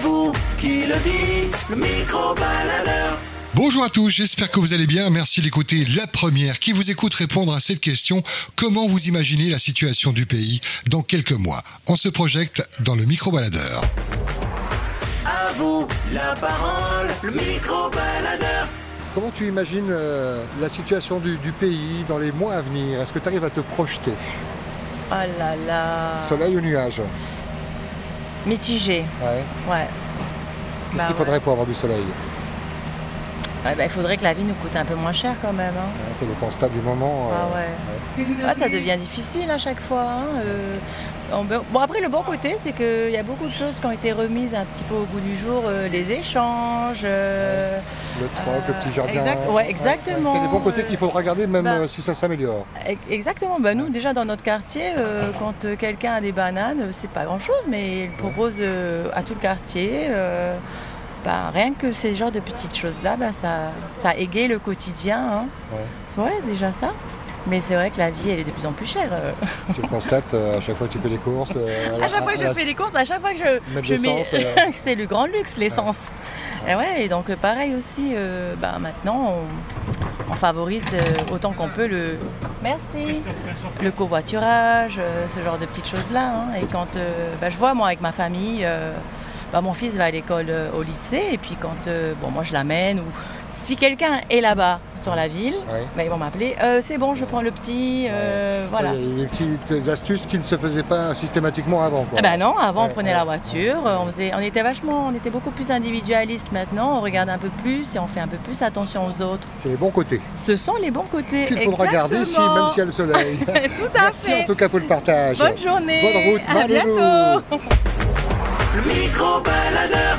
vous qui le dites, le micro-baladeur. Bonjour à tous, j'espère que vous allez bien. Merci d'écouter la première qui vous écoute répondre à cette question. Comment vous imaginez la situation du pays dans quelques mois On se projette dans le micro-baladeur. À vous la parole, le micro-baladeur. Comment tu imagines euh, la situation du, du pays dans les mois à venir Est-ce que tu arrives à te projeter Oh là là. Soleil ou nuage Mitigé, Ouais. ouais. Qu'est-ce Bah qu'il faudrait pour avoir du soleil Ouais, bah, il faudrait que la vie nous coûte un peu moins cher quand même. hein. Hein, C'est le constat du moment. euh, Ah ouais. Ah, ça devient difficile à chaque fois. hein, euh, on peut- Bon après le bon côté c'est qu'il y a beaucoup de choses qui ont été remises un petit peu au goût du jour, euh, les échanges. euh, Le troc, le petit Euh, jardin. exact- ouais, exactement. C'est les bons côtés qu'il faut regarder, même bah- euh, si ça s'améliore. e- Exactement, bah, nous déjà dans notre quartier, euh, quand euh, quelqu'un a des bananes, euh, c'est pas grand chose, mais il propose euh, à tout le quartier. euh, bah, rien que ces genres de petites choses-là, bah, ça, ça égaye le quotidien. hein. Ouais, déjà ça. Mais c'est vrai que la vie, elle est de plus en plus chère. euh. Tu le constates euh, à chaque fois que tu fais les courses. euh, À chaque fois que je fais les courses, à chaque fois que je, Mettre je de mets. l'essence, euh. c'est le grand luxe, l'essence. Et ouais, et donc euh, pareil aussi, euh, bah, maintenant, on, on favorise euh, autant qu'on peut le. Merci Le covoiturage, euh, ce genre de petites choses-là. hein. Et quand euh, bah, je vois, moi, avec ma famille. euh, bah, mon fils va à l'école euh, au lycée et puis quand euh, bon moi je l'amène ou si quelqu'un est là-bas sur la ville, Ouais. bah, ils vont m'appeler. Euh, c'est bon, je prends le petit. euh, voilà. Il y a des petites astuces qui ne se faisaient pas systématiquement avant. Quoi. Ah bah non, avant on Ouais, prenait ouais. la voiture, euh, on, faisait, on était vachement, on était beaucoup plus individualiste maintenant, on regarde un peu plus et on fait un peu plus attention aux autres. C'est les bons côtés Ce sont les bons côtés. qu'il faut regarder, si, même s'il y a le soleil. Exactement. Tout à Merci fait. en tout cas pour le partage. Bonne journée. Bonne route. À Bonne bientôt. Le micro-baladeur.